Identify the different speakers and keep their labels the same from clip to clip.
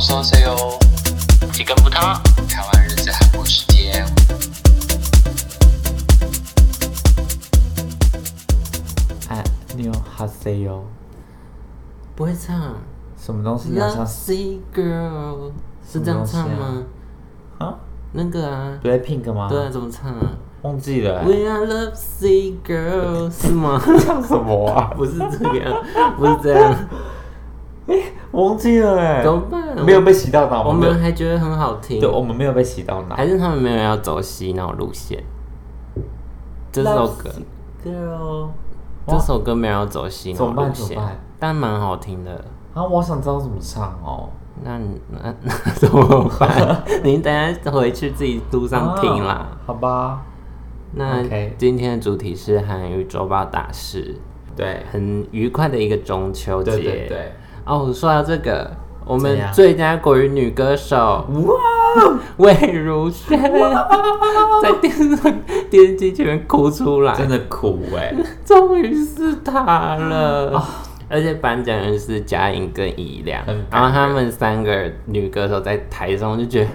Speaker 1: 说 C 哦，
Speaker 2: 几根葡萄。
Speaker 1: 台湾日子韩国时间。
Speaker 3: 哎，你有哈 C 哦，
Speaker 2: 不会唱
Speaker 3: 什么东西啊要像
Speaker 2: ，Love C Girl 是这样唱吗？
Speaker 3: 啊
Speaker 2: 那个啊，
Speaker 3: ？Blackpink 吗？
Speaker 2: 对啊，，怎么唱啊
Speaker 3: 忘记了、欸。
Speaker 2: ？We are Love C Girl 是吗？
Speaker 3: 唱什么啊？
Speaker 2: 不是这个样，不是这样，
Speaker 3: 我忘记了哎、欸，
Speaker 2: 怎么办？
Speaker 3: 没有被洗到脑，
Speaker 2: 我
Speaker 3: 没有
Speaker 2: 们，还觉得很好听
Speaker 3: 对，，我们没有被洗到脑
Speaker 2: 还。是他们没有要走洗脑路线？这首歌，
Speaker 3: Girl，
Speaker 2: 这首歌没有要走洗
Speaker 3: 怎
Speaker 2: 脑
Speaker 3: 么办
Speaker 2: 路
Speaker 3: 怎么
Speaker 2: 线
Speaker 3: 办，
Speaker 2: 但蛮好听的。
Speaker 3: 啊，我想知道怎么唱哦。
Speaker 2: 那你那那怎么 办？你等一下回去自己路上听啦。
Speaker 3: 啊好吧。
Speaker 2: 那
Speaker 3: OK
Speaker 2: 今天的主题是韩语周报大事，
Speaker 3: 对，
Speaker 2: 很愉快的一个中秋节。
Speaker 3: 对对对。
Speaker 2: 哦，我说到这个，我
Speaker 3: 怎
Speaker 2: 们
Speaker 3: 样嗯
Speaker 2: 最佳国语女歌手
Speaker 3: 哇，
Speaker 2: 魏如萱在电视电视机前面哭出来，
Speaker 3: 真的苦哎、
Speaker 2: 欸终于是她了。而且颁奖人是嘉颖跟怡良
Speaker 3: 啊很，
Speaker 2: 然后他们三个女歌手在台上，我就觉得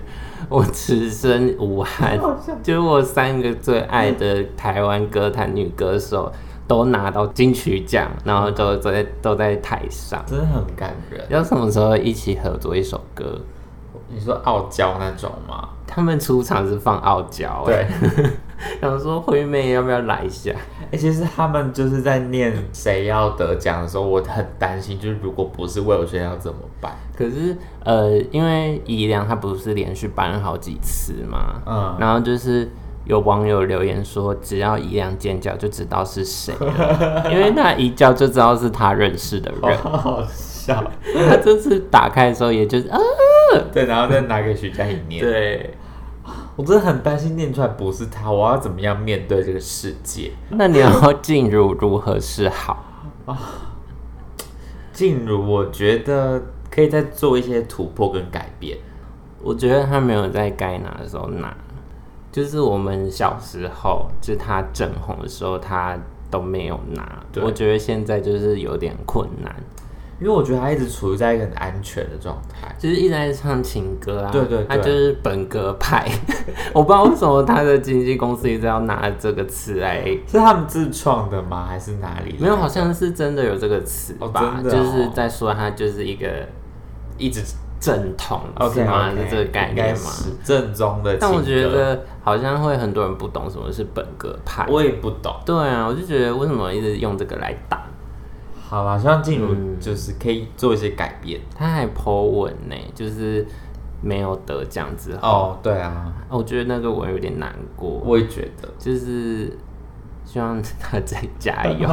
Speaker 2: 我此生无憾
Speaker 3: 好笑，
Speaker 2: 就是我三个最爱的台湾歌坛女歌手都拿到金曲奖，然后都都在都在台上。
Speaker 3: 真的很感人。
Speaker 2: 要什么时候一起合作一首歌？
Speaker 3: 你说傲娇那种吗？
Speaker 2: 他们出场是放傲娇、欸，
Speaker 3: 对。
Speaker 2: 想说惠妹要不要来一下？
Speaker 3: 欸、其实他们就是在念谁要得奖的时候，我很担心，就是如果不是魏有萱要怎么办？
Speaker 2: 可是呃，因为怡良她不是连续搬好几次嘛，
Speaker 3: 嗯
Speaker 2: 然后就是有网友留言说，只要怡良尖叫就知道是谁 了，因为他一叫就知道是他认识的人。
Speaker 3: 好 好笑。
Speaker 2: 他这次打开的时候，也就是啊，
Speaker 3: 对，然后再拿给徐佳莹念。，
Speaker 2: 对。
Speaker 3: 我真的很担心念出来不是他，我要怎么样面对这个世界？
Speaker 2: 那你要进入如何是好？
Speaker 3: 静茹，我觉得可以再做一些突破跟改变。
Speaker 2: 我觉得他没有在该拿的时候拿，就是我们小时候，就是他正红的时候，他都没有拿。
Speaker 3: 对
Speaker 2: 我觉得现在就是有点困难。
Speaker 3: 因为我觉得他一直处于在一个很安全的状态，
Speaker 2: 就是一直在唱情歌啊，
Speaker 3: 对对对
Speaker 2: 他就是本格派。 我不知道为什么他的经纪公司一直要拿这个词来，
Speaker 3: 是他们自创的吗？还是哪里？
Speaker 2: 没有，好像是真的有这个词
Speaker 3: 哦
Speaker 2: 吧，
Speaker 3: 真的哦
Speaker 2: 就是在说他就是一个
Speaker 3: 一直
Speaker 2: 正统
Speaker 3: OK
Speaker 2: 是
Speaker 3: 吗？
Speaker 2: 吗是这个概念吗？
Speaker 3: 正宗的情歌，
Speaker 2: 但我觉得好像会很多人不懂什么是本格派。
Speaker 3: 我也不懂。
Speaker 2: 对啊，我就觉得为什么一直用这个来打？
Speaker 3: 好啦，希望静茹
Speaker 2: 嗯
Speaker 3: 就是可以做一些改变。
Speaker 2: 他还 Po 文呢、就是没有得奖之后，
Speaker 3: 哦，对啊，
Speaker 2: 我觉得那个我有点难过。
Speaker 3: 我也觉得。
Speaker 2: 就是希望他再加 油，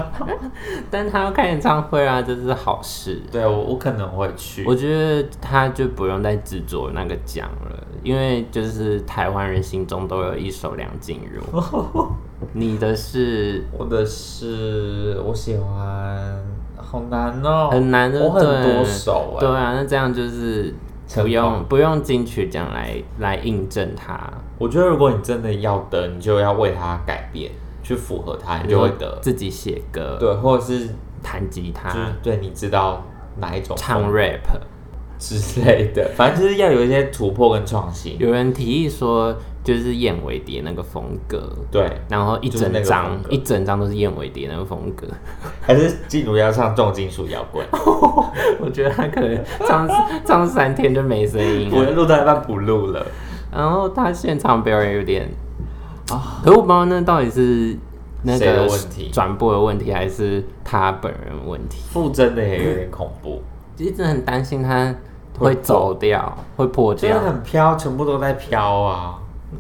Speaker 2: 但他要开演唱会啊，这是好事。
Speaker 3: 对啊我，我可能会去。
Speaker 2: 我觉得他就不用再执着那个奖了，因为就是台湾人心中都有一首梁静茹。 你的是
Speaker 3: 我的是，我喜欢，好难哦、
Speaker 2: 很难的，
Speaker 3: 我很
Speaker 2: 对
Speaker 3: 多首哎、
Speaker 2: 对啊，那这样就是
Speaker 3: 成
Speaker 2: 不
Speaker 3: 功
Speaker 2: 用不用金曲奖来来印证他，
Speaker 3: 我觉得如果你真的要得，你就要为他改变，去符合他，你就会得。
Speaker 2: 自己写歌，
Speaker 3: 对，啊或者是
Speaker 2: 弹吉他
Speaker 3: 就，是对，你知道哪一种
Speaker 2: 唱
Speaker 3: 风
Speaker 2: rap。
Speaker 3: 之类 的，反正就是要有一些突破跟创新。
Speaker 2: 有人提议说，就是燕尾蝶那个风格，
Speaker 3: 对，
Speaker 2: 然后一整
Speaker 3: 就是那个
Speaker 2: 张
Speaker 3: 风格
Speaker 2: 一整张都是燕尾蝶那个风 格。
Speaker 3: 还是静茹要唱重金属摇滚，
Speaker 2: 我觉得他可能唱唱三天就没声音
Speaker 3: 我
Speaker 2: 了。
Speaker 3: 录到一半不录了。
Speaker 2: 然后他现场表演有点啊，可我不知道那到底是那
Speaker 3: 谁
Speaker 2: 个
Speaker 3: 的问题
Speaker 2: 转播的问题，还是他本人的问题。
Speaker 3: 附真的也有点恐怖，
Speaker 2: 就一直很担心他会走掉，会破
Speaker 3: 真
Speaker 2: 掉
Speaker 3: 的，很飘，全部都在飘啊。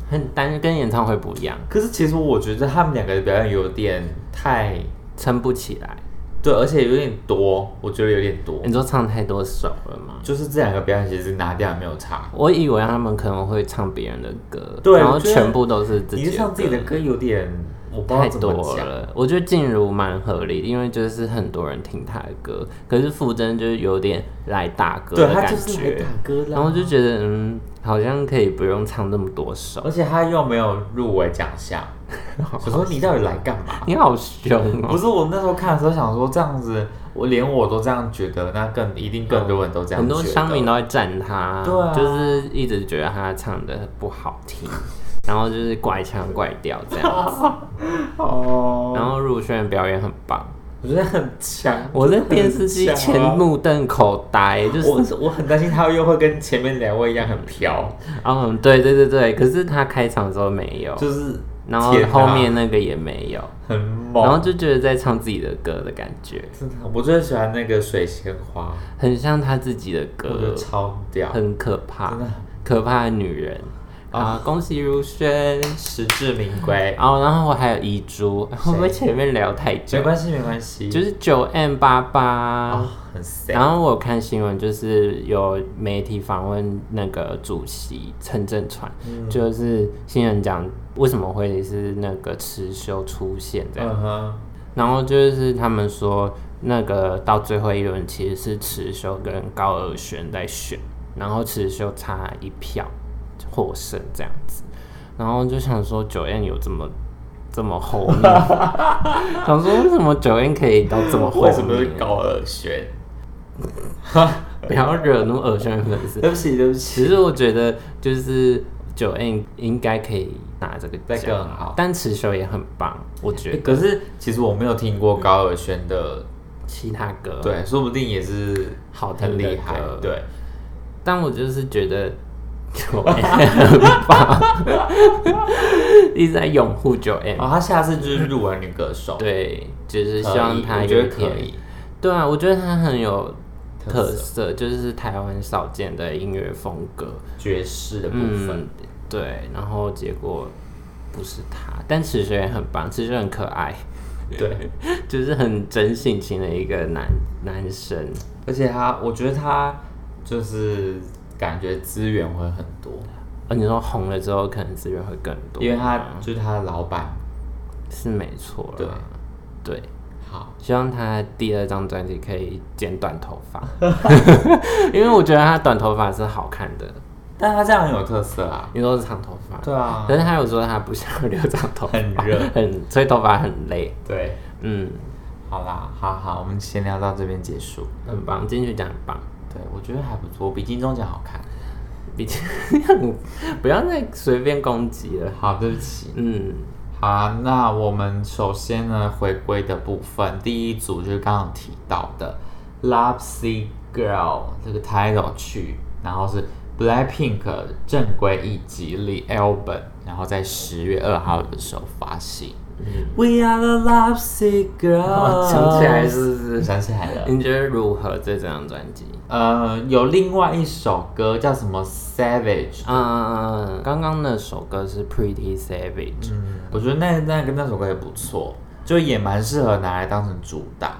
Speaker 2: 很担心跟演唱会不一样，
Speaker 3: 可是其实我觉得他们两个的表演有点太
Speaker 2: 撑不起来。
Speaker 3: 对，而且有点多，我觉得有点多。
Speaker 2: 你说唱太多首了吗？
Speaker 3: 就是这两个表演其实拿掉也没有差，
Speaker 2: 我以为他们可能会唱别人的歌，
Speaker 3: 对
Speaker 2: 然后
Speaker 3: 我觉得
Speaker 2: 全部都是自己
Speaker 3: 你
Speaker 2: 的
Speaker 3: 是
Speaker 2: 歌，
Speaker 3: 唱自己的歌有点，我不知道
Speaker 2: 太
Speaker 3: 怎
Speaker 2: 多
Speaker 3: 么讲。
Speaker 2: 了。我觉得静茹蛮合理的，因为就是很多人听她的歌，可是傅真就是有点来打歌
Speaker 3: 对
Speaker 2: 的
Speaker 3: 他
Speaker 2: 感
Speaker 3: 就是来
Speaker 2: 觉
Speaker 3: 打，歌
Speaker 2: 然后
Speaker 3: 啦，
Speaker 2: 就觉得嗯，好像可以不用唱那么多首。
Speaker 3: 而且他又没有入围奖 项，我说你到底来干嘛？
Speaker 2: 你好凶哦、
Speaker 3: 不是我那时候看的时候想说这样子，我连我都这样觉得，那更一定更多人都这样
Speaker 2: 很
Speaker 3: 觉得。
Speaker 2: 多乡民都会赞他，
Speaker 3: 对啊
Speaker 2: 就是一直觉得他唱的不好听， 然后就是怪腔怪调这样子。
Speaker 3: 哦，
Speaker 2: 然后入轩的表演很棒，
Speaker 3: 我觉得很强。
Speaker 2: 我在电视机
Speaker 3: 很强
Speaker 2: 前
Speaker 3: 啊
Speaker 2: 目瞪口 呆，就是
Speaker 3: 我我很担心他又会跟前面两位一样很飘，
Speaker 2: 嗯，对对对对，可是他开场的时候没有，
Speaker 3: 就是
Speaker 2: 然后
Speaker 3: 天哪
Speaker 2: 后面那个也没有，
Speaker 3: 很猛。
Speaker 2: 然后就觉得在唱自己的歌的感觉，
Speaker 3: 真的，我最喜欢那个水仙花，
Speaker 2: 很像他自己的
Speaker 3: 我觉得
Speaker 2: 歌，
Speaker 3: 超屌，
Speaker 2: 呃很可怕
Speaker 3: 真的，哦
Speaker 2: 可怕的女人啊！恭喜如轩。
Speaker 3: 实至名归。
Speaker 2: 哦，然后我还有遗珠，会不会前面聊太久
Speaker 3: 没？关系，没关系，
Speaker 2: 就是九 M 八
Speaker 3: 啊
Speaker 2: 八，，
Speaker 3: 很 sad。
Speaker 2: 然后我有看新闻，就是有媒体访问那个主席陈振川，
Speaker 3: 嗯
Speaker 2: 就是新人奖为什么会是那个持修出现这样，
Speaker 3: 嗯哼，
Speaker 2: 然后就是他们说那个到最后一轮其实是持修跟高尔轩在选，然后持修差一票获胜这样子，然后就想说九 N 有这么。这么后面， 想说为什么九 N 可以到这么后面？
Speaker 3: 为什么是高尔轩？
Speaker 2: 不要惹怒偶像粉丝。
Speaker 3: 对不起，对不
Speaker 2: 其
Speaker 3: 起。
Speaker 2: 实我觉得就是九 N 应该可以拿这个
Speaker 3: 再
Speaker 2: 奖
Speaker 3: 更好
Speaker 2: 但持球也很棒，我觉
Speaker 3: 欸
Speaker 2: 得
Speaker 3: 可是其实我没有听过高尔轩的，
Speaker 2: 其他歌，
Speaker 3: 对，说不定也是
Speaker 2: 嗯好听的
Speaker 3: 很厉害
Speaker 2: 歌，
Speaker 3: 对。
Speaker 2: 但我就是觉得 九 N 很棒， 一直在拥护九 N，、
Speaker 3: 哦，他下次就是入围女歌手，，
Speaker 2: 对，就是
Speaker 3: 可以
Speaker 2: 希望他
Speaker 3: 我觉
Speaker 2: 有一
Speaker 3: 得可
Speaker 2: 天
Speaker 3: 以，
Speaker 2: 对啊，我觉得他很有
Speaker 3: 特
Speaker 2: 特色，就是台湾少见的音乐风格。
Speaker 3: 爵士的部分
Speaker 2: 嗯，对，然后结果不是他，但池学也很棒，池学很可爱，
Speaker 3: 对。
Speaker 2: 就是很真性情的一个男男生。
Speaker 3: 而且他，我觉得他就是感觉资源会很多，
Speaker 2: 而哦你说红了之后，可能资源会更多，
Speaker 3: 因为他就是他的老板。
Speaker 2: 是没错啦
Speaker 3: 对啊
Speaker 2: 对，
Speaker 3: 好，
Speaker 2: 希望他第二张专辑可以剪短头 发，因为我觉得他短头发是好看的。
Speaker 3: 但他这样很有特色啊。
Speaker 2: 你说是长头发，
Speaker 3: 对啊
Speaker 2: 可，是他有说他不想留长头发，
Speaker 3: 很热
Speaker 2: 很吹头发很累。
Speaker 3: 对，
Speaker 2: 嗯，
Speaker 3: 好啦，好好，我们先聊到这边结束。
Speaker 2: 很
Speaker 3: 嗯
Speaker 2: 棒，金曲奖很棒。
Speaker 3: 对，我觉得还不错，比金钟奖好看。
Speaker 2: 毕竟 不要再随便攻击了。
Speaker 3: 好，对不起。
Speaker 2: 嗯，
Speaker 3: 好啊，那我们首先呢，回归的部分，第一组就是刚刚提到的《Lovesy Girl》这个 title 曲，然后是 Blackpink 正规一辑里 album，然后在十月二号的时候发行。We are the Lovesy Girl，、
Speaker 2: 哦嗯 想起来是不是
Speaker 3: 想起来了。
Speaker 2: 你觉得如何这张专辑？
Speaker 3: 呃，有另外一首歌叫什么《Savage》，
Speaker 2: 嗯，刚刚那首歌是 Pretty Savage，、
Speaker 3: 我觉得那那个那首歌也不错，就也蛮适合拿来当成主打。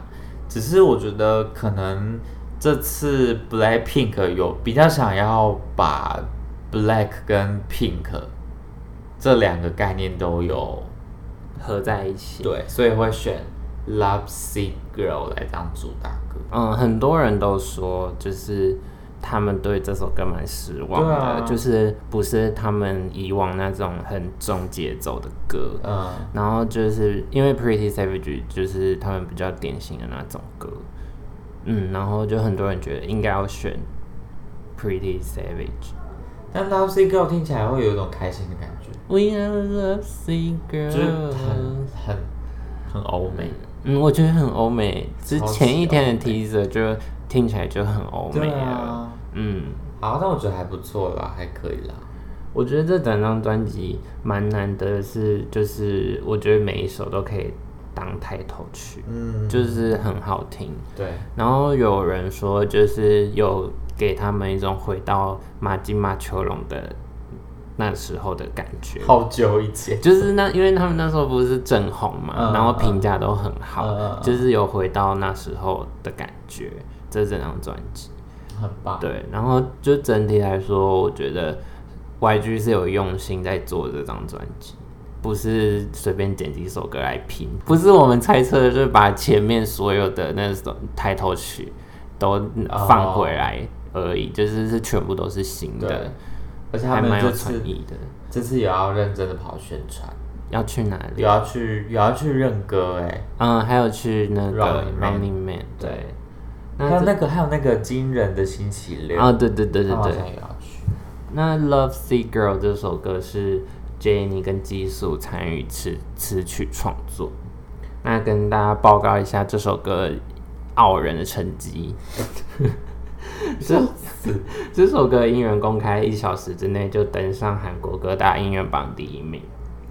Speaker 3: 只是我觉得可能这次 Blackpink 有比较想要把 Black 跟 Pink 这两个概念都有，
Speaker 2: 合在一起。，
Speaker 3: 对，所以会选 Love Sick Girl 来当主打歌。
Speaker 2: 嗯，很多人都说就是。他们对这首歌蛮失望的，
Speaker 3: 对啊
Speaker 2: 就是不是他们以往那种很重节奏的歌，
Speaker 3: 嗯，
Speaker 2: 然后就是因为 Pretty Savage 就是他们比较典型的那种歌，嗯，然后就很多人觉得应该要选 Pretty Savage。
Speaker 3: 但 Love Sick Girl 听起来会有一种开心的感觉，
Speaker 2: We are love sick
Speaker 3: 就是
Speaker 2: girls。
Speaker 3: 很很很欧美。
Speaker 2: 嗯，我觉得很欧美，之
Speaker 3: 超级
Speaker 2: 前一天的
Speaker 3: 欧
Speaker 2: teaser 就听起来就很欧美
Speaker 3: 对
Speaker 2: 了。
Speaker 3: 啊，
Speaker 2: 嗯，
Speaker 3: 好，但我觉得还不错啦，还可以啦。
Speaker 2: 我觉得这整张专辑蛮难得的是，就是我觉得每一首都可以当抬头曲，
Speaker 3: 嗯，
Speaker 2: 就是很好听。
Speaker 3: 对。
Speaker 2: 然后有人说，就是有给他们一种回到马吉马丘龙的那时候的感觉，
Speaker 3: 好久以前，
Speaker 2: 就是那因为他们那时候不是正红嘛，
Speaker 3: 嗯
Speaker 2: 然后评价都很好，
Speaker 3: 嗯嗯嗯
Speaker 2: 就是有回到那时候的感觉，这整张专辑。
Speaker 3: 很棒。
Speaker 2: 对，然后就整体来说，我觉得 YG 是有用心在做这张专辑，不是随便捡几首歌来拼，不是我们猜测的，就是把前面所有的那种抬头曲都放回来而已，就是是全部都是新
Speaker 3: 哦对
Speaker 2: 的，
Speaker 3: 而且他
Speaker 2: 还
Speaker 3: 们
Speaker 2: 蛮有
Speaker 3: 这
Speaker 2: 诚
Speaker 3: 次
Speaker 2: 意的。
Speaker 3: 这次也要认真的跑宣传，
Speaker 2: 要去哪里？
Speaker 3: 有要去有要去认歌哎、
Speaker 2: 嗯，还有去那个
Speaker 3: Running Man
Speaker 2: Running Man，对，那
Speaker 3: 还有
Speaker 2: 这
Speaker 3: 那个还有那个惊人的星期六，
Speaker 2: 啊，对对对对
Speaker 3: 他们好
Speaker 2: 对，
Speaker 3: 像也要去。
Speaker 2: 那《Love Sea Girl》这首歌是 Jenny 跟基素参与词词曲创作。那跟大家报告一下这首歌傲人的成绩。这这首歌音源公开一小时之内就登上韩国各大音乐榜第一名。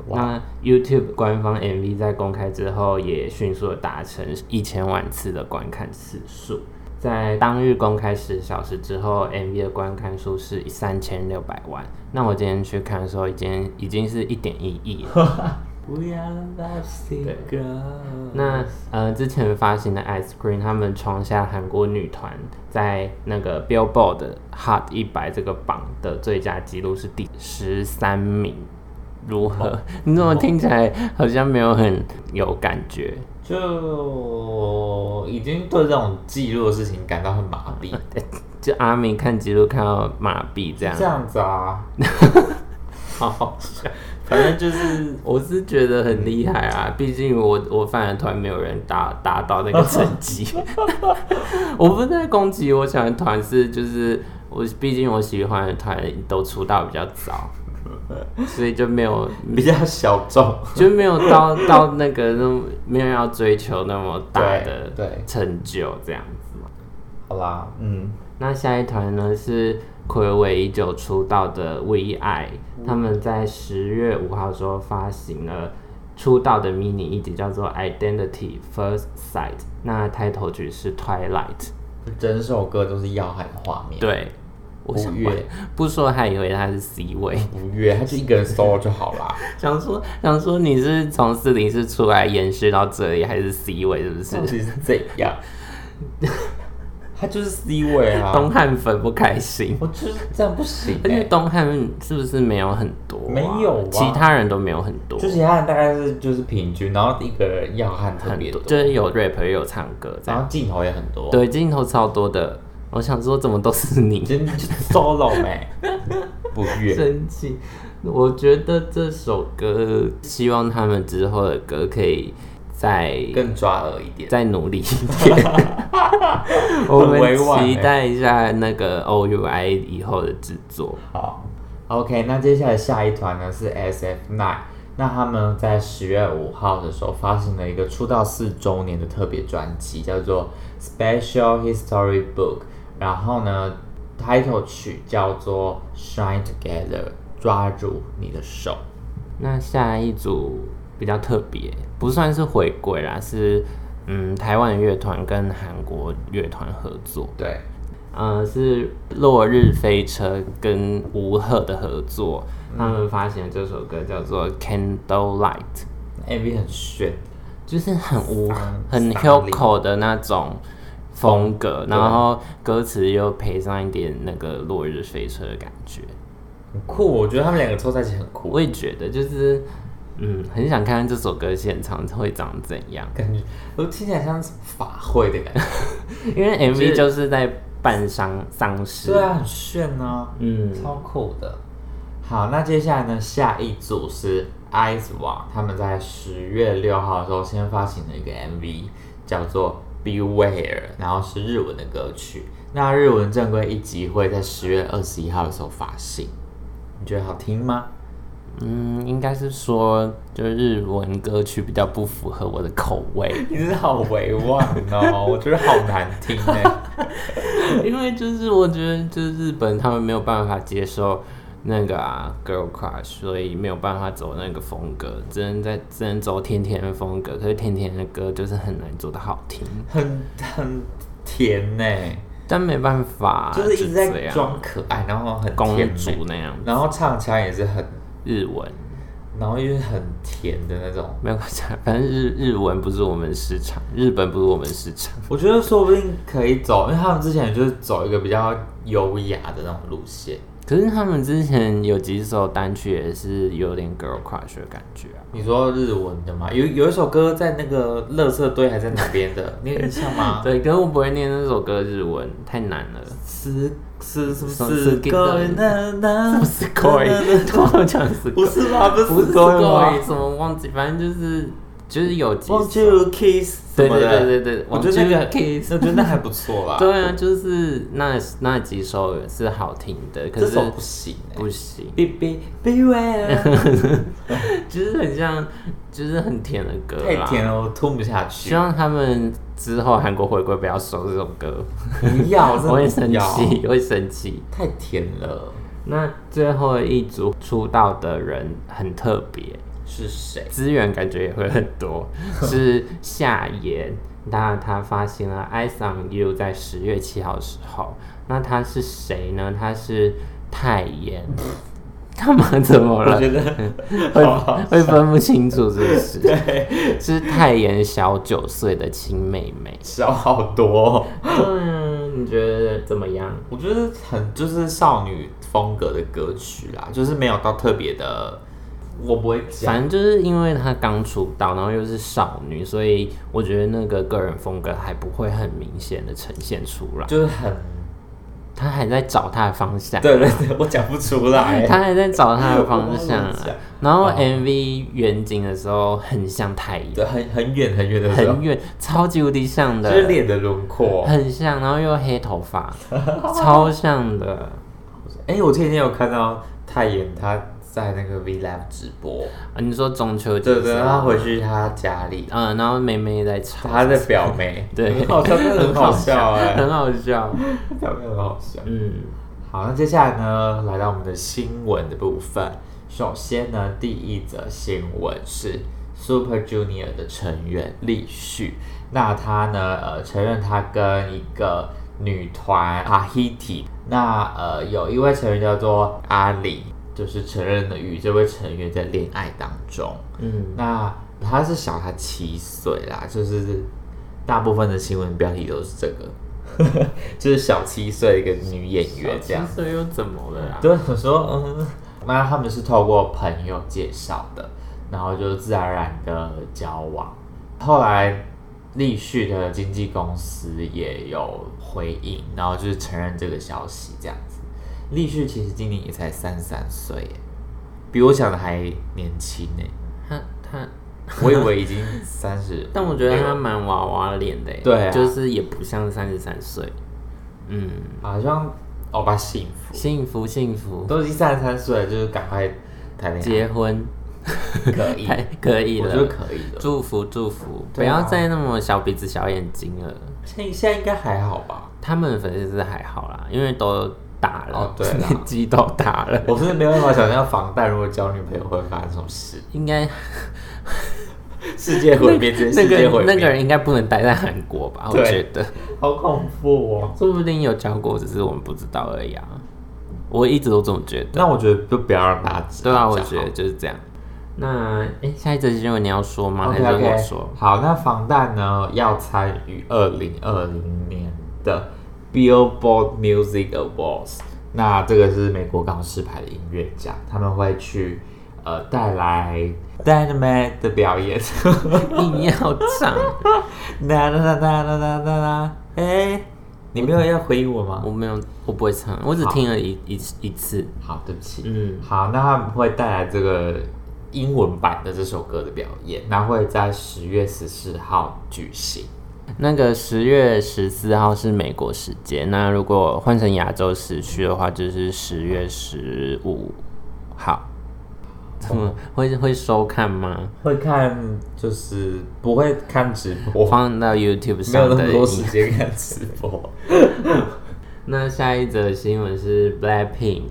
Speaker 2: 那 YouTube 官方 MV 在公开之后也迅速地达成一千万次的观看次数，在当日公开十小时之后，MV 的观看数是三千六百万。那我今天去看的时候，已经已经是一点一亿了。
Speaker 3: We are the Love Girl。
Speaker 2: 那呃，之前发行的 Ice Cream 他们创下韩国女团在那个 Billboard 的 Hot 一百这个榜的最佳纪录是第十三名，如何？ 你怎么听起来好像没有很有感觉？
Speaker 3: 就已经对这种记录的事情感到很麻 痹，
Speaker 2: 就阿明看纪录看到麻痹这样
Speaker 3: 这，样子 啊，好好笑。反正就是
Speaker 2: 我是觉得很厉害啊！毕竟我我饭的团没有人达达到 那个成绩， 我不是在攻击我喜欢的团是就是我，毕竟我喜欢的团都出道比较早，所以就没有
Speaker 3: 比较小众，
Speaker 2: 就没有到到那个那么没有要追求那么大的
Speaker 3: 对对
Speaker 2: 成就这样子。
Speaker 3: 好啦，嗯，
Speaker 2: 那下一团呢是暌违已久出道的 V I，他
Speaker 3: 嗯
Speaker 2: 们在十月五号的时候发行了出道的迷你一辑，叫做《Identity First Sight》，那开头曲是《Twilight》。
Speaker 3: 整首歌都是要害的画面，
Speaker 2: 对，我想
Speaker 3: 不悦
Speaker 2: 不说还以为他是 C 位，
Speaker 3: 不悦，他就一个人 solo 就好啦。
Speaker 2: 想说想说你是从四零四出来延续到这里还是 C 位是不
Speaker 3: 到
Speaker 2: 是？
Speaker 3: 底是怎样？ 他就是 C 位啊，
Speaker 2: 东汉粉不开心。
Speaker 3: 我就是这样不行、
Speaker 2: 而且
Speaker 3: 欸。
Speaker 2: 东汉是不是没有很多啊、
Speaker 3: 没有啊
Speaker 2: 其他人都没有很多，啊
Speaker 3: 就其他人大概是就是平均，然后一个人要汉特
Speaker 2: 很
Speaker 3: 别
Speaker 2: 多，
Speaker 3: 多，啊
Speaker 2: 就是有 rap 也有唱歌这
Speaker 3: 然
Speaker 2: 样。
Speaker 3: 后镜头也很多，，
Speaker 2: 对，镜头超多的，我想说怎么都是你，
Speaker 3: 真的就是 solo 没、不悦。
Speaker 2: 生气。我觉得这首歌，希望他们之后的歌可以再
Speaker 3: 更抓耳一点，
Speaker 2: 再努力一 点。我
Speaker 3: 很
Speaker 2: 们
Speaker 3: 委婉欸
Speaker 2: 期待一下那个 O U I 以后的制作。
Speaker 3: 好，OK，那接下来下一团呢是 SF Nine，那他们在十月五号的时候发行了一个出道四周年的特别专辑，叫做《Special History Book》，然后呢，title 曲叫做《Shine Together》，抓住你的手。
Speaker 2: 那下一组比较特别，不算是回归啦，是嗯台湾乐团跟韩国乐团合作，
Speaker 3: 对，
Speaker 2: 呃是落日飞车跟吴赫的合作，
Speaker 3: 嗯
Speaker 2: 他们发行的这首歌叫做《Candle Light》，
Speaker 3: MV 很炫，
Speaker 2: 就是很无
Speaker 3: 丧
Speaker 2: 啊很
Speaker 3: 丧礼
Speaker 2: Hilco 的那种。风格，
Speaker 3: 对
Speaker 2: 然后歌词又配上一点那个落日飞车的感觉，
Speaker 3: 很酷，我觉得他们两个凑在一起很酷
Speaker 2: 我，也觉得就是，嗯，很想看看这首歌现场会长怎样。
Speaker 3: 感觉我听起来像是法会的感觉。
Speaker 2: 因为
Speaker 3: 就是
Speaker 2: MV 就是在办丧丧事。
Speaker 3: 对啊，很炫啊。
Speaker 2: 嗯，
Speaker 3: 超酷的。好，那接下来呢？下一组是 Ice 网，他们在十月六号的时候先发行了一个 MV，叫做《Beware》，然后是日文的歌曲。那日文正规一集会在十月二十一号的时候发行。你觉得好听吗？，
Speaker 2: 嗯，应该是说，就是日文歌曲比较不符合我的口味
Speaker 3: 你真的好委婉 哦，我觉得好难听哎、
Speaker 2: 因为就是我觉得就是日本他们没有办法接受那个啊 girl crush，所以没有办法走那个风格，只能在只能走甜甜的风格。可是甜甜的歌就是很难做的好听，
Speaker 3: 很很甜呢、
Speaker 2: 但没办法、啊
Speaker 3: 就是一直
Speaker 2: 这
Speaker 3: 在
Speaker 2: 样
Speaker 3: 装可爱，然后很
Speaker 2: 公
Speaker 3: 甜美
Speaker 2: 主那样
Speaker 3: 然后唱起来也是很
Speaker 2: 日文。
Speaker 3: 然后又是很甜的那种。
Speaker 2: 没有关系啊，反正日日文不是我们市场，日本不是我们市场。
Speaker 3: 我觉得说不定可以走，因为他们之前就是走一个比较优雅的那种路线，
Speaker 2: 可是他们之前有几首单曲也是有点 girl crush 的感觉啊。
Speaker 3: 你说日文的吗？有有一首歌在那个垃圾堆还在哪边 的，你有印象吗？
Speaker 2: 对，可是我不会念那首歌日文，太难了。
Speaker 3: 是是什么
Speaker 2: 什么
Speaker 3: 是
Speaker 2: 是
Speaker 3: ？Going
Speaker 2: 不是 koi，我讲的是 koi
Speaker 3: 不是吧？不是
Speaker 2: 不是
Speaker 3: going 吗
Speaker 2: koi，什么忘记，反正就是就是有几
Speaker 3: Want
Speaker 2: 首。
Speaker 3: you kiss 什
Speaker 2: 对
Speaker 3: 么
Speaker 2: 对
Speaker 3: 的，
Speaker 2: 对对对，
Speaker 3: 我觉得那个
Speaker 2: Want you kiss
Speaker 3: 我觉得那还不错 啦。
Speaker 2: 对啊，就是那那几首是好听的，可
Speaker 3: 这
Speaker 2: 是
Speaker 3: 首不行欸。
Speaker 2: 不行，
Speaker 3: Be be beware，
Speaker 2: 就是很像，就是很甜的歌
Speaker 3: 太
Speaker 2: 啦。
Speaker 3: 甜了，我吞不下去
Speaker 2: 希。望他们之后韩国回归不要收这种 歌，
Speaker 3: 不要，真的
Speaker 2: 我会生
Speaker 3: 不要
Speaker 2: 气，我会生气。
Speaker 3: 太甜了。
Speaker 2: 那最后一组出道的人很特别，
Speaker 3: 是谁？
Speaker 2: 资源感觉也会很 多，是夏妍。那她发行了《I s o n You》在十月七号的时候，那她是谁呢？她是泰妍。 干嘛？怎么
Speaker 3: 我
Speaker 2: 了？
Speaker 3: 觉得
Speaker 2: 会
Speaker 3: 好哎好
Speaker 2: 会分不清楚是不是？是泰妍小九岁的亲妹妹。
Speaker 3: 小好多哦、
Speaker 2: 嗯，你觉得怎么样？
Speaker 3: 我觉得很就是少女风格的歌曲啦，就是没有到特别的，我不会讲。
Speaker 2: 反正就是因为她刚出道，然后又是少女，所以我觉得那个个人风格还不会很明显的呈现出来。
Speaker 3: 就是很，
Speaker 2: 她还在找她的方向，
Speaker 3: 对对对，我讲不出来。
Speaker 2: 她还在找她的方向
Speaker 3: 我不
Speaker 2: 啊
Speaker 3: 知道。
Speaker 2: 然后
Speaker 3: 哦
Speaker 2: MV 远景的时候很像太阳，
Speaker 3: 对，很很远很远的时候
Speaker 2: 很，远，超级无敌像
Speaker 3: 就
Speaker 2: 的，
Speaker 3: 是脸的轮廓。
Speaker 2: 很像，然后又黑 头发，超像的。
Speaker 3: 哎、我前几天有看到泰妍她在那个 V Live 直播，
Speaker 2: 啊你说中秋节
Speaker 3: 对
Speaker 2: 的
Speaker 3: 对，
Speaker 2: 时
Speaker 3: 她
Speaker 2: 候，
Speaker 3: 回去她家里，
Speaker 2: 嗯，然后妹妹在吵，
Speaker 3: 她的表妹，
Speaker 2: 对
Speaker 3: 很好笑，真的很好笑哎、
Speaker 2: 很 好笑。
Speaker 3: 表妹很好笑。
Speaker 2: 嗯，
Speaker 3: 好，那接下来呢，来到我们的新闻的部分。首先呢，第一则新闻是 Super Junior 的成员立旭，那他呢，呃，承认他跟一个女团 Ahiti，那呃，有一位成员叫做阿里，就是承认了与这位成员在恋爱当中。
Speaker 2: 嗯，
Speaker 3: 那他是小他七岁啦，就是大部分的新闻标题都是这个， 就是小七岁的一个女演员这样。
Speaker 2: 小七岁又怎么了啦？啊
Speaker 3: 对，我说，嗯，那他们是透过朋友介绍的，然后就自然而然的交往。后来立旭的经纪公司也有回应，然后就是承认这个消息这样子。立旭其实今年也才三十三岁耶，比我想的还年轻呢。
Speaker 2: 他他，
Speaker 3: 我以为已经三十，
Speaker 2: 但我觉得他蛮娃娃脸的耶，
Speaker 3: 对啊
Speaker 2: 就是也不像三十三岁。嗯，
Speaker 3: 好像欧巴幸福，
Speaker 2: 幸福幸福，
Speaker 3: 都已经三十三岁了，就是赶快谈恋
Speaker 2: 结婚
Speaker 3: 爱，可以，
Speaker 2: 太可以
Speaker 3: 我觉得
Speaker 2: 了，
Speaker 3: 可以的。
Speaker 2: 祝福祝福，不
Speaker 3: 对啊
Speaker 2: 要再那么小鼻子小眼睛了。
Speaker 3: 现现在应该还好吧？
Speaker 2: 他们的粉丝是还好啦，因为都大了，
Speaker 3: 哦对啦
Speaker 2: 年纪都大了，
Speaker 3: 我是没有办法想象防弹如果交女朋友会发生什么 事，
Speaker 2: 应该
Speaker 3: 世界毁灭，直接
Speaker 2: 那
Speaker 3: 世界
Speaker 2: 个
Speaker 3: 毁灭，
Speaker 2: 那个人应该不能待在韩国吧？我
Speaker 3: 对
Speaker 2: 觉得，
Speaker 3: 好恐怖哦。
Speaker 2: 说不定有教过，只是我们不知道而已啊。我一直都这么觉得。
Speaker 3: 那我觉得就不要让他知道
Speaker 2: 对啊，
Speaker 3: 比
Speaker 2: 我
Speaker 3: 较好
Speaker 2: 觉得就是这样。那哎、诶下一则新闻你要说吗
Speaker 3: OK
Speaker 2: 还是
Speaker 3: OK，
Speaker 2: 我说？
Speaker 3: 好，那防弹呢要参与二零二零年的 Billboard Music Awards，那这个是美国告示牌的音乐奖，他们会去呃带来 Dynamite 的表演，
Speaker 2: 硬要唱，
Speaker 3: 啦啦啦啦啦啦啦啦，哎、你没有要回应我吗
Speaker 2: 我？没有，我不会唱，我只听了一一一次。
Speaker 3: 好，对不起。
Speaker 2: 嗯，
Speaker 3: 好，那他们会带来这个英文版的这首歌的表演，那会在十月十四号举行。
Speaker 2: 那个十月十四号是美国时间，那如果换成亚洲时区的话，就是十月十五号。怎么会会收看吗？
Speaker 3: 会看，就是不会看直播，
Speaker 2: 放到 YouTube
Speaker 3: 没有
Speaker 2: 上
Speaker 3: 那
Speaker 2: 的
Speaker 3: 么多时
Speaker 2: 影。
Speaker 3: 间看直播。
Speaker 2: 那下一则新闻是 Blackpink，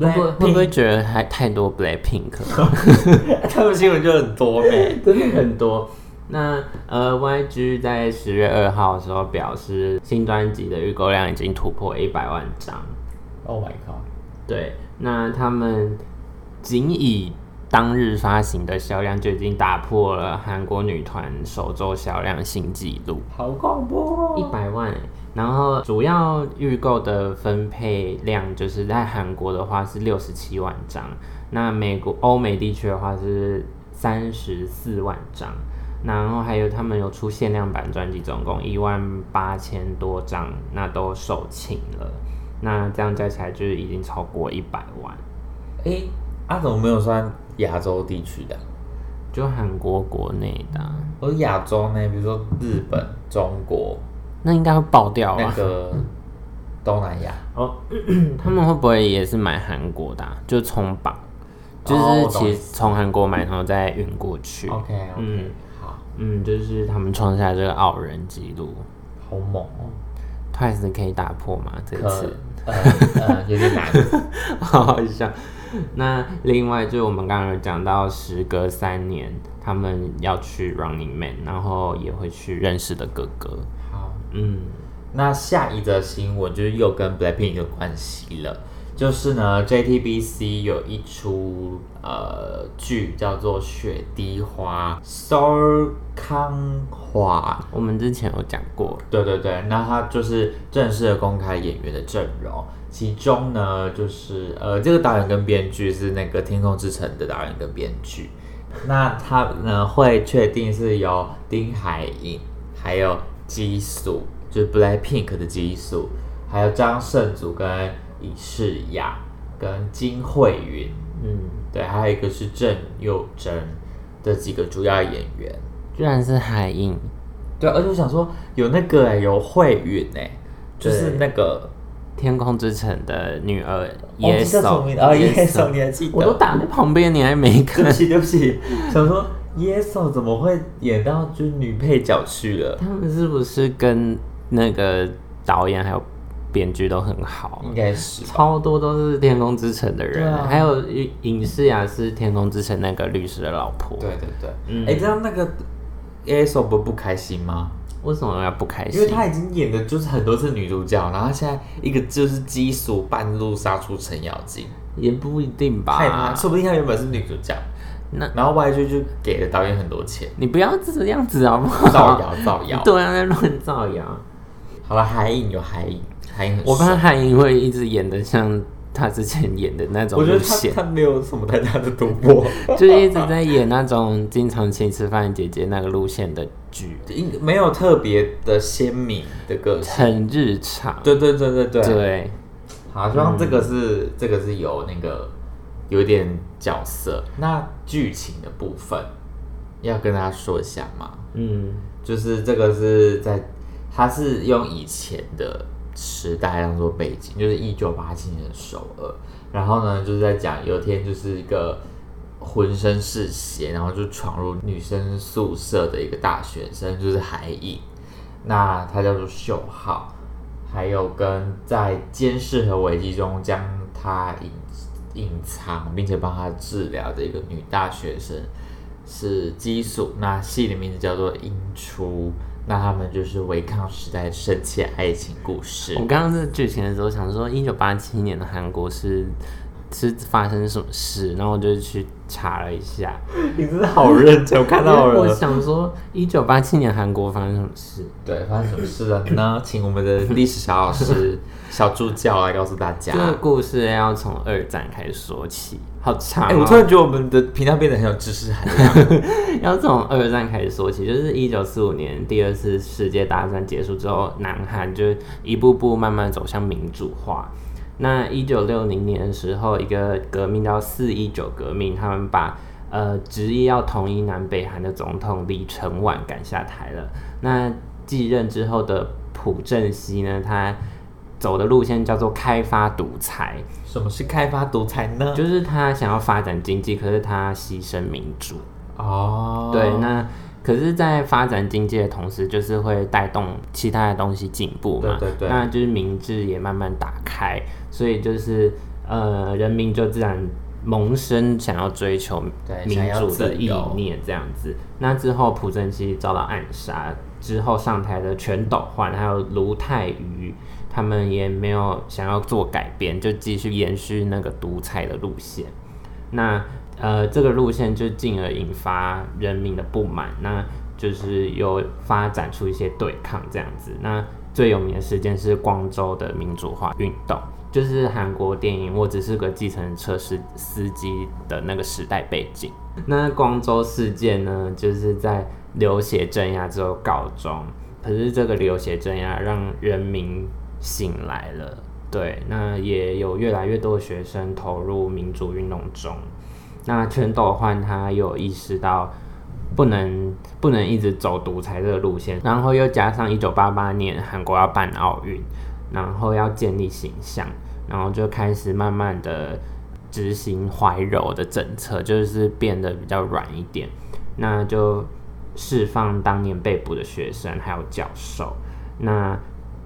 Speaker 2: 会不会会不会觉得还太多 Blackpink 了
Speaker 3: 他们新闻就很多呗？
Speaker 2: 真的很多。那呃，YG 在十月二号的时候表示，新专辑的预购量已经突破一百万张。
Speaker 3: Oh my god！
Speaker 2: 对，那他们仅以当日发行的销量就已经打破了韩国女团首周销量新纪录，
Speaker 3: 好恐怖、
Speaker 2: 一
Speaker 3: 哦！
Speaker 2: 百万、欸。然后主要预购的分配量就是在韩国的话是六十七万张，那美国欧美地区的话是三十四万张，然后还有他们有出限量版专辑，总共一万八千多张，那都售罄了。那这样加起来就是已经超过一百万，
Speaker 3: 诶，啊，怎么没有算亚洲地区的啊？
Speaker 2: 就韩国国内的啊、
Speaker 3: 而亚洲呢，比如说日本、中国，
Speaker 2: 那应该会爆掉啊
Speaker 3: 那
Speaker 2: 吧？
Speaker 3: 个东南亚，
Speaker 2: 哦， 他们会不会也是买韩国的、啊？就冲榜，就
Speaker 3: 哦
Speaker 2: 是
Speaker 3: 我懂哦
Speaker 2: 其
Speaker 3: 意
Speaker 2: 实从韩国买，然后再运过去。
Speaker 3: OK OK，、
Speaker 2: 嗯
Speaker 3: 好，
Speaker 2: 嗯，就是他们创下这个傲人纪录
Speaker 3: 好猛哦，
Speaker 2: ，Twice 可以打破吗？这
Speaker 3: 可
Speaker 2: 次
Speaker 3: 呃呃有点 难，
Speaker 2: 好好笑。那另外就是我们刚刚有讲到，时隔三年，他们要去 Running Man，然后也会去认识的哥哥。
Speaker 3: 好。
Speaker 2: 嗯，
Speaker 3: 那下一则新闻就是又跟 Blackpink 有关系了，就是呢，JTBC 有一出呃剧叫做《雪滴花》，Sor 康华，
Speaker 2: 我们之前有讲过，
Speaker 3: 对对对，那他就是正式的公开演员的阵容，其中呢，就是呃，这个导演跟编剧是那个《天空之城》的导演跟编剧，那他呢会确定是由丁海寅，还有基素，就是 BLACKPINK 的基素，还有张胜祖跟尹世雅跟金惠允，
Speaker 2: 嗯，
Speaker 3: 对，还有一个是郑佑珍的几个主要演员。
Speaker 2: 居然是海印，
Speaker 3: 对，啊而且我想说有那个哎、有慧允哎、就是
Speaker 2: 对
Speaker 3: 那个
Speaker 2: 天空之城的女儿
Speaker 3: 哦这叫
Speaker 2: 野
Speaker 3: 什
Speaker 2: 手
Speaker 3: 么名字，啊，
Speaker 2: 野
Speaker 3: 野
Speaker 2: 手
Speaker 3: 手，你还记得？
Speaker 2: 我都打在旁边，你还
Speaker 3: 对
Speaker 2: 没
Speaker 3: 不
Speaker 2: 看。
Speaker 3: 起，对不起， 想说野手怎么会演到就是女配角去了？
Speaker 2: 他们是不是跟那个导演还有编剧都很好？
Speaker 3: 应该是吧
Speaker 2: 超多都是《天空之城》的人，
Speaker 3: 对啊
Speaker 2: 还有尹尹世雅是《天空之城》那个律师的老婆。
Speaker 3: 对，对对，哎、
Speaker 2: 嗯
Speaker 3: 这样那个野手不不开心吗？
Speaker 2: 为什么要不开
Speaker 3: 因为
Speaker 2: 心？
Speaker 3: 她已经演的就是很多次女主角，然后现在一个就是基础半路杀出程咬金，
Speaker 2: 也不一定
Speaker 3: 太难，
Speaker 2: 吧。
Speaker 3: 说不定她原本是女主角，
Speaker 2: 那
Speaker 3: 然后 YG 就给了导演很多 钱，
Speaker 2: 你不要这样子好不 好？
Speaker 3: 造谣造谣。
Speaker 2: 对啊，在乱造谣。
Speaker 3: 好了，海影有海影，海影很帅。
Speaker 2: 我怕韩英会一直演的像他之前演的那种
Speaker 3: 我觉
Speaker 2: 路
Speaker 3: 得
Speaker 2: 线。
Speaker 3: 他他没有什么太大的突破，
Speaker 2: 就是一直在演那种经常请吃饭姐姐那个路线的剧，
Speaker 3: 应没有特别的鲜明的个性。
Speaker 2: 很日常。
Speaker 3: 对对对对对，嗯
Speaker 2: 对
Speaker 3: 好，希望这个是、这个是有那个有一点角色。那剧情的部分要跟大家说一下嘛，
Speaker 2: 嗯，
Speaker 3: 就是这个是在它是用以前的时代当做背景，就是一九八七年的首尔。然后呢，就是在讲有一天就是一个浑身是血，然后就闯入女生宿舍的一个大学生，就是海影。那他叫做秀浩，还有跟在监视和危机中将他隐隐藏，并且帮他治疗的一个女大学生是基素。那戏的名字叫做《樱出》，那他们就是违抗时代深切爱情故事
Speaker 2: 我。刚刚是剧情的时候想说，一九八七年的韩国是是发生什么事，然后我就去查了一下，
Speaker 3: 你真的好认真，我看到
Speaker 2: 因为我
Speaker 3: 了。
Speaker 2: 想说一九八七年韩国发生什么事，
Speaker 3: 对，发生什么事了呢？请我们的历史小老师、小助教来告诉大家
Speaker 2: 这。个故事要从二战开始说起，好长、哦。
Speaker 3: 哎、我突然觉得我们的频道变得很有知识含量。
Speaker 2: 要从二战开始说起，就是一九四五年第二次世界大战结束之后，南韩就一步步慢慢走向民主化。那一九六零年的时候，一个革命叫四一九革命，他们把呃执意要统一南北韩的总统李承晚赶下台了。那继任之后的朴正熙呢，他走的路线叫做开发独裁，
Speaker 3: 什么是开发独裁呢？
Speaker 2: 就是他想要发展经济，可是他牺牲民主。
Speaker 3: 哦，
Speaker 2: 对，那可是，在发展经济的同时，就是会带动其他的东西进步嘛。
Speaker 3: 对对对
Speaker 2: 那就是民智也慢慢打开，所以就是呃，人民就自然萌生想要追求
Speaker 3: 对
Speaker 2: 民
Speaker 3: 想要
Speaker 2: 主
Speaker 3: 自
Speaker 2: 的意
Speaker 3: 由
Speaker 2: 念这样子。那之后，朴正熙遭到暗杀之后上台的全斗焕还有卢泰愚。他们也没有想要做改变，就继续延续那个独裁的路线。那呃，这个路线就进而引发人民的不满，那就是有发展出一些对抗这样子。那最有名的事件是光州的民主化运动，就是韩国电影《我只是个计程车司司机》的那个时代背景。那光州事件呢，就是在流血镇压之后告终。可是这个流血镇压让人民醒来了，对，那也有越来越多的学生投入民主运动中。那全斗焕他有意识到不能不能一直走独裁这个路线，然后又加上一九八八年韩国要办奥运，然后要建立形象，然后就开始慢慢的执行怀柔的政策，就是变得比较软一点，那就释放当年被捕的学生还有教授，那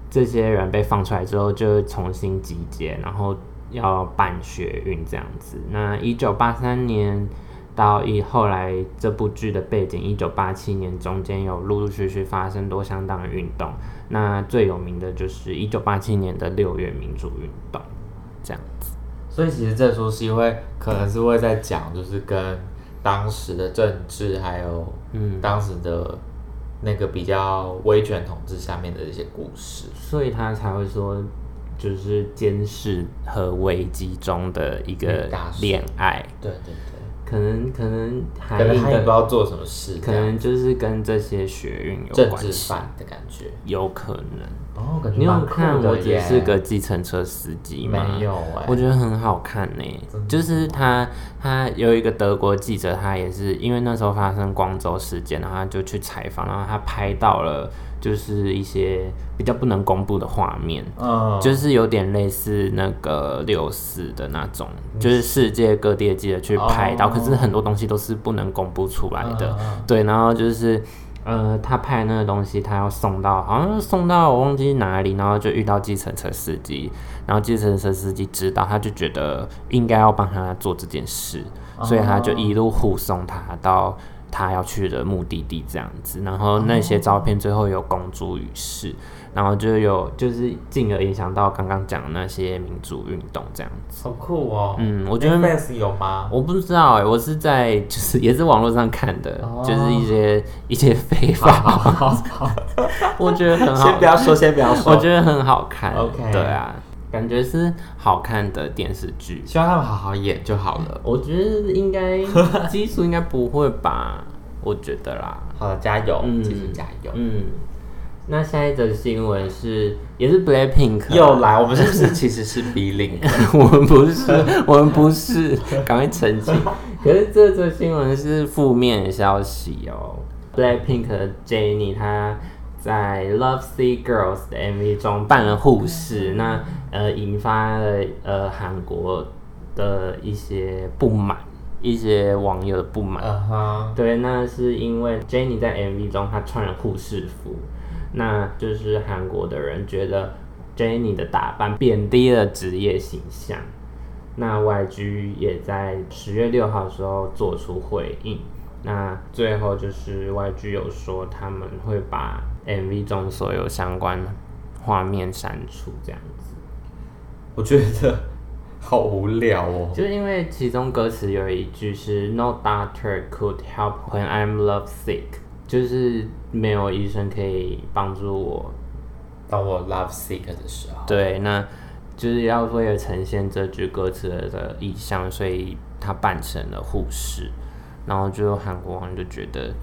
Speaker 2: 这些人被放出来之后，就重新集结，然后要办学运这样子。那一九八三年到一后来这部剧的背景，一九八七年中间有陆陆续续发生多相当的运动，那最有名的就是一九八七年的六月民主运动，这样子。
Speaker 3: 所以其实这出戏会可能是会在讲，就是跟当时的政治，还有
Speaker 2: 嗯
Speaker 3: 当时的那个比较威权统治下面的一些故事。
Speaker 2: 所以他才会说，就是监视和危机中的一个
Speaker 3: 女大叔
Speaker 2: 恋爱，
Speaker 3: 对对对，
Speaker 2: 可能可能韩
Speaker 3: 可能
Speaker 2: 裔
Speaker 3: 他也不知
Speaker 2: 的，
Speaker 3: 道做什么事，
Speaker 2: 可能就是跟这些学运
Speaker 3: 这
Speaker 2: 有
Speaker 3: 样政
Speaker 2: 关
Speaker 3: 治
Speaker 2: 系，
Speaker 3: 犯的感觉。
Speaker 2: 有可能。
Speaker 3: 哦，感觉
Speaker 2: 你有
Speaker 3: 蛮酷的
Speaker 2: 看《我只
Speaker 3: 耶
Speaker 2: 是个计程车司机》吗？
Speaker 3: 没有哎、
Speaker 2: 我觉得很好看呢、
Speaker 3: 真的
Speaker 2: 就是他，他有一个德国记者，他也是因为那时候发生光州事件，然后他就去采访，然后他拍到了就是一些比较不能公布的画面，
Speaker 3: 嗯，
Speaker 2: 就是有点类似那个六四的那种，就是世界各地的记者去拍
Speaker 3: 嗯
Speaker 2: 到，
Speaker 3: 哦
Speaker 2: 可是很多东西都是不能公布出来的
Speaker 3: 嗯嗯嗯。
Speaker 2: 对，然后就是呃，他拍那个东西，他要送到，好像是送到我忘记哪里，然后就遇到计程车司机，然后计程车司机知道，他就觉得应该要帮他做这件事，
Speaker 3: 哦
Speaker 2: 所以他就一路护送他到。他要去的目的地这样子，然后那些照片最后有公诸于世，然后就有就是进而影响到刚刚讲的那些民主运动这样子。
Speaker 3: 好酷哦。
Speaker 2: 嗯，我觉得
Speaker 3: Netflix 有吗？
Speaker 2: 我不知道哎、我是在就是也是网络上看的，
Speaker 3: 哦
Speaker 2: 就是一些一些非
Speaker 3: 好
Speaker 2: 法，
Speaker 3: 好好好，
Speaker 2: 我觉得很好
Speaker 3: 先不，要说，先不要说。
Speaker 2: 我觉得很好看。
Speaker 3: OK
Speaker 2: 对啊，感觉是好看的电视剧。
Speaker 3: 希望他们好好演就好了。
Speaker 2: 我觉得应该基数应该不会吧，我觉得啦。
Speaker 3: 好了，加油，
Speaker 2: 嗯
Speaker 3: 继续加油。
Speaker 2: 嗯，那下一则新闻是也是 Blackpink 啊
Speaker 3: 又来，我们是不是其实是 B 零？
Speaker 2: 我们不是，我们不是，赶快澄清。可是这则新闻是负面的消息哦。Blackpink 的 Jennie 她在《Love Sea Girls》的 MV 中扮了护士，那呃引发了呃韩国的一些不满，一些网友的不 满。
Speaker 3: 嗯哼，
Speaker 2: 对，那是因为 Jennie 在 MV 中她穿了护士服，那就是韩国的人觉得 Jennie 的打扮贬低了职业形象。那 YG 也在十月六号的时候做出回应，那最后就是 YG 有说他们会把 MV 中所有相关画面删除，这样子。
Speaker 3: 我觉得好无聊哦。
Speaker 2: 就因为其中歌词有一句是 “No doctor could help when I'm love sick”，就是没有医生可以帮助我。
Speaker 3: 当我 love sick 的时候，
Speaker 2: 对，那就是要为了呈现这句歌词的意象，所以他扮成了护士，然后就韩国网友就觉得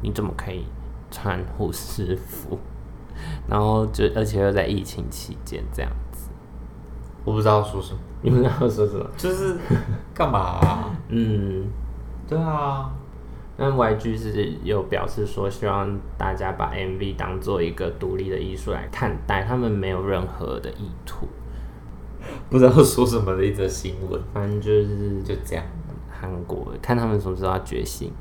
Speaker 2: 你怎么可以穿护士服？ 然后就而且又在疫情期间这样子，
Speaker 3: 我不知道说什么，
Speaker 2: 你们要说什么？
Speaker 3: 就是 干嘛啊、
Speaker 2: 嗯，
Speaker 3: 对啊，
Speaker 2: 那 YG 是有表示说，希望大家把 MV 当做一个独立的艺术来看待，他们没有任何的意图，
Speaker 3: 不知道说什么的一则新闻，
Speaker 2: 反正就是
Speaker 3: 就这样。
Speaker 2: 韩国看他们什么时候要决心。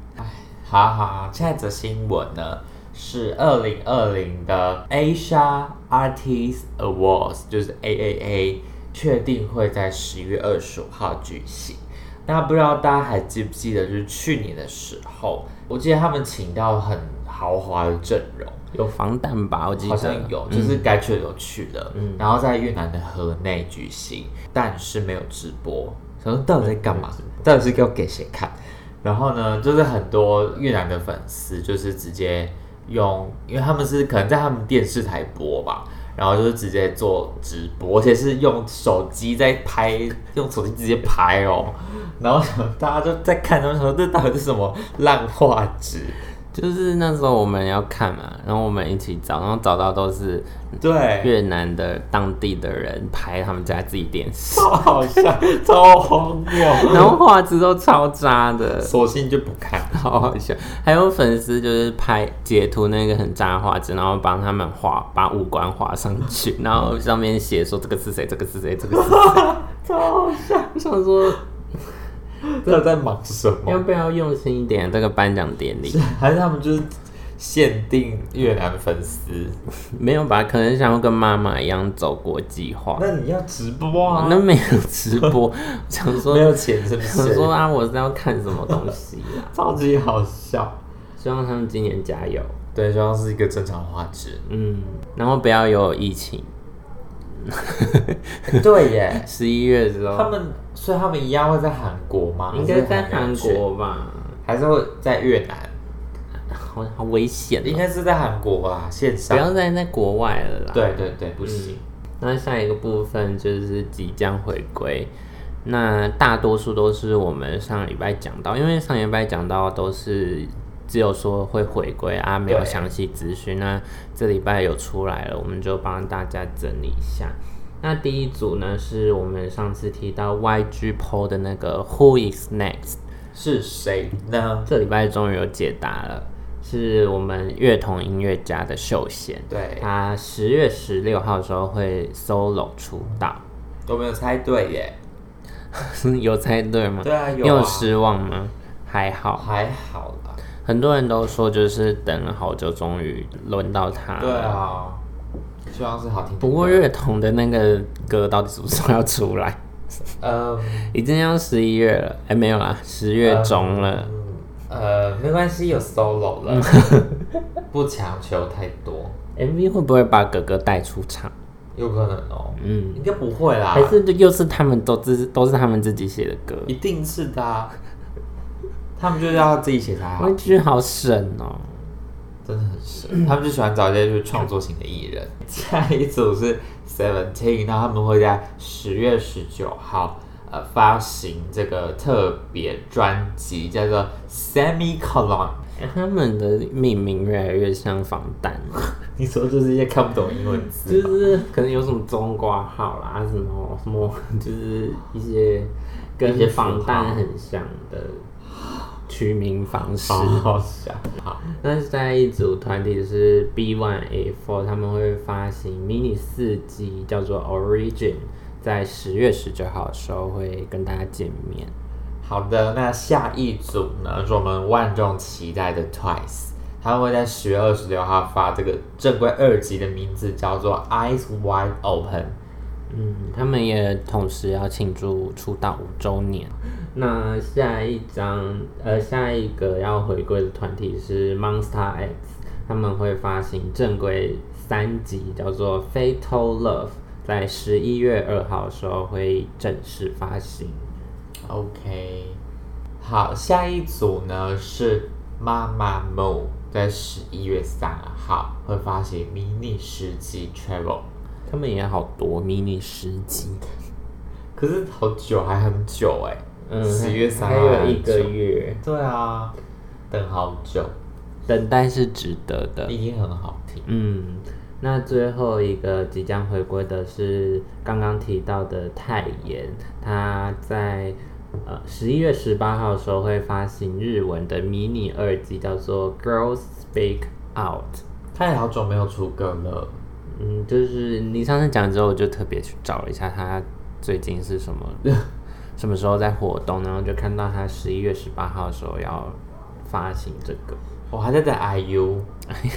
Speaker 3: 好好，下一则新闻呢是二零二零的 Asia Artist Awards，就是 AAA，确定会在十月二十五号举行。那不知道大家还记不记得，就是去年的时候，我记得他们请到很豪华的阵容，
Speaker 2: 有防弹吧？我记得
Speaker 3: 好像有，就是该去的都去了，然后在越南的河内举行，但是没有直播。想说到底在干嘛？到底是要给谁看？然后呢，就是很多越南的粉丝就是直接用，因为他们是可能在他们电视台播吧，然后就是直接做直播，而且是用手机在拍，用手机直接拍哦。然后大家就在看，他们说这到底是什么烂画质？
Speaker 2: 就是那时候我们要看嘛，然后我们一起找，然后找到都是
Speaker 3: 对，
Speaker 2: 越南的当地的人拍他们家自己电 视，
Speaker 3: 超好笑，超荒 谬。
Speaker 2: 然后画质都超渣的，
Speaker 3: 索性就不看。
Speaker 2: 好好笑。还有粉丝就是拍截图那个很渣的画质，然后帮他们画把五官画上去， 然后上面写说这个是谁，这个是谁，这个是谁。
Speaker 3: 超好笑！
Speaker 2: 我 想说
Speaker 3: 到底在忙什
Speaker 2: 要
Speaker 3: 么？
Speaker 2: 不要用心一点？这个颁奖典礼
Speaker 3: 还是他们就是限定越南粉丝？
Speaker 2: 没有吧？可能想要跟妈妈一样走国际化。
Speaker 3: 那你要直播啊？
Speaker 2: 那没有直播， 想说
Speaker 3: 没有钱是不
Speaker 2: 想
Speaker 3: 是？
Speaker 2: 说啊，我是要看什么东西啊？
Speaker 3: 超级好笑。
Speaker 2: 希望他们今年加油，
Speaker 3: 对，希望是一个正常画质。
Speaker 2: 嗯，然后不要有疫情。
Speaker 3: 对耶，
Speaker 2: 十一月之
Speaker 3: 他
Speaker 2: 后
Speaker 3: 们所以他们一样会在韩国吗？
Speaker 2: 应该在
Speaker 3: 还
Speaker 2: 韩
Speaker 3: 是有去，
Speaker 2: 国吧？
Speaker 3: 还是会在越南？
Speaker 2: 好好危险
Speaker 3: 应
Speaker 2: 哦，
Speaker 3: 该是在韩国吧，线
Speaker 2: 不
Speaker 3: 上。
Speaker 2: 要再在国外了啦。嗯
Speaker 3: 对对对，不行。
Speaker 2: 那下一个部分就是即将回归，那大多数都是我们上礼拜讲到，因为上礼拜讲到都是只有说会回归啊，没有
Speaker 3: 对
Speaker 2: 详细资讯。那这礼拜有出来了，我们就帮大家整理一下。那第一组呢，是我们上次提到 YG PO 的那个 Who is Next，
Speaker 3: 是谁呢？
Speaker 2: 这礼拜终于有解答了，是我们乐童音乐家的秀贤。
Speaker 3: 对，
Speaker 2: 他十月十六号的时候会 solo 出道，
Speaker 3: 都没有猜对耶。
Speaker 2: 有猜对吗？
Speaker 3: 对啊，
Speaker 2: 你
Speaker 3: 有
Speaker 2: 有
Speaker 3: 啊
Speaker 2: 失望吗？还好，
Speaker 3: 还好啦。
Speaker 2: 很多人都说就是等了好久，终于轮到他。
Speaker 3: 对。啊，希望是好听的歌。
Speaker 2: 不过乐童的那个歌到底什么时候要出来？
Speaker 3: 呃
Speaker 2: 已经要十一月了，哎、没有啦，十月中了。
Speaker 3: 呃，没关系，有 solo 了，
Speaker 2: 嗯
Speaker 3: 不强求太多，
Speaker 2: MV 会不会把哥哥带出场？
Speaker 3: 有可能哦。
Speaker 2: 嗯，
Speaker 3: 应该不会啦
Speaker 2: 还，是又是他们都自都是他们自己写的歌？
Speaker 3: 啊一定是的啊、他们就是要自己写才好
Speaker 2: 我，觉得好省哦、
Speaker 3: 啊真的很神。他们就喜欢找一些就是创作型的艺人。
Speaker 2: 嗯
Speaker 3: 下一组是 Seventeen，那他们会在十月十九号呃发行这个特别专辑，叫做 Semicolon。
Speaker 2: 他们的命名越来越像防 弹，
Speaker 3: 你说就是一些看不懂英文字
Speaker 2: 就
Speaker 3: 吗，
Speaker 2: 是可能有什么中挂号啦，什么什么，就是一些
Speaker 3: 一些
Speaker 2: 跟
Speaker 3: 符号
Speaker 2: 防弹很像的取名方式。
Speaker 3: 好哦好笑。好，
Speaker 2: 那下一组团体是 B One A Four，他们会发行 mini 四季，叫做 Origin，在十月十九号的时候会跟大家见面。
Speaker 3: 好的，那下一组呢是我们万众期待的 Twice，他们会在十月二十六号发这个正规二辑的名字叫做 Eyes Wide Open。
Speaker 2: 嗯，他们也同时要庆祝出道五周年。 那下一张，呃，下一个要回归的团体是 Monster X，他们会发行正规三集，叫做《Fatal Love》，在十一月二号的时候会正式发行。
Speaker 3: OK，好，下一组呢是妈妈 Mo，在十一月三号会发行迷你诗集 Travel。
Speaker 2: 他们也好多 mini 十集，
Speaker 3: 可是好久，还很久哎、
Speaker 2: 嗯，
Speaker 3: 十月三
Speaker 2: 还
Speaker 3: 号
Speaker 2: 有一
Speaker 3: 还
Speaker 2: 个
Speaker 3: 很久
Speaker 2: 月，
Speaker 3: 对啊，等好久，
Speaker 2: 等待是值得的。
Speaker 3: 已经很好听。
Speaker 2: 嗯，那最后一个即将回归的是刚刚提到的泰妍，他在呃十一月十八号的时候会发行日文的迷你二辑，叫做《Girls Speak Out》。
Speaker 3: 他也好久没有出歌了，
Speaker 2: 嗯，就是你上次讲之后，我就特别去找了一下他最近是什么什么时候在活动，然后就看到他十一月十八号的时候要发行这个，
Speaker 3: 我还在等 IU，IU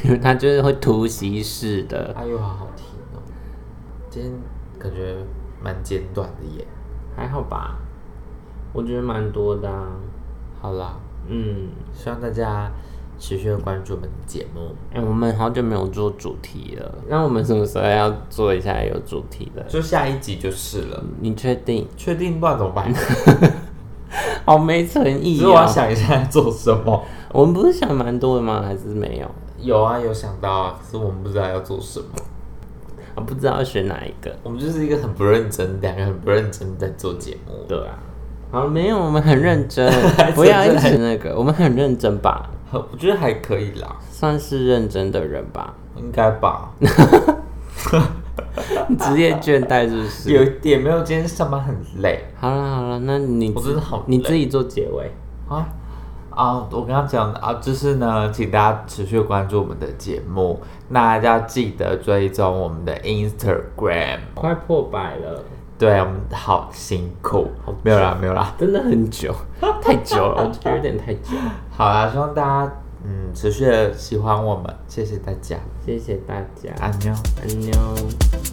Speaker 2: 因为他就是会突袭式的。
Speaker 3: 好好听哦。今天感觉蛮简短的耶。
Speaker 2: 还好吧，我觉得蛮多的、啊。
Speaker 3: 好啦，
Speaker 2: 嗯，
Speaker 3: 希望大家持续地关注我们的节目。
Speaker 2: 哎、我们好久没有做主题了，那我们什么时候要做一下有主题的？
Speaker 3: 就下一集就是了，
Speaker 2: 你确 定？
Speaker 3: 确定不然怎么办？
Speaker 2: 好没诚
Speaker 3: 只
Speaker 2: 意
Speaker 3: 是我要
Speaker 2: 哦、
Speaker 3: 想一下做什么。
Speaker 2: 我们不是想蛮多的吗？还是没有？
Speaker 3: 有啊，有想到啊，可是我们不知道要做什么。
Speaker 2: 我不知道要选哪一个。
Speaker 3: 我们就是一个很不认真，两个很不认真在做节目。
Speaker 2: 对啊，好，没有，我们很认 真，不要一直那个，我们很认真吧，
Speaker 3: 我觉得还可以啦，
Speaker 2: 算是认真的人 吧。
Speaker 3: 应该吧。
Speaker 2: 职业倦怠是不是？
Speaker 3: 有也没有，今天上班很累
Speaker 2: 好了好了，那你
Speaker 3: 我真的好
Speaker 2: 你
Speaker 3: 累
Speaker 2: 自己做结尾。
Speaker 3: 啊啊！我刚刚讲啊，就是呢，请大家持续关注我们的节目，那要记得追踪我们的 Instagram。
Speaker 2: 快破百了，
Speaker 3: 对我们好辛苦，没有啦，没有啦。
Speaker 2: 真的很久，太久了，我觉得有点太久。
Speaker 3: 好啦，希望大家嗯持续的喜欢我们，谢谢大家，
Speaker 2: 谢谢大家，
Speaker 3: 安妞。
Speaker 2: 安妞。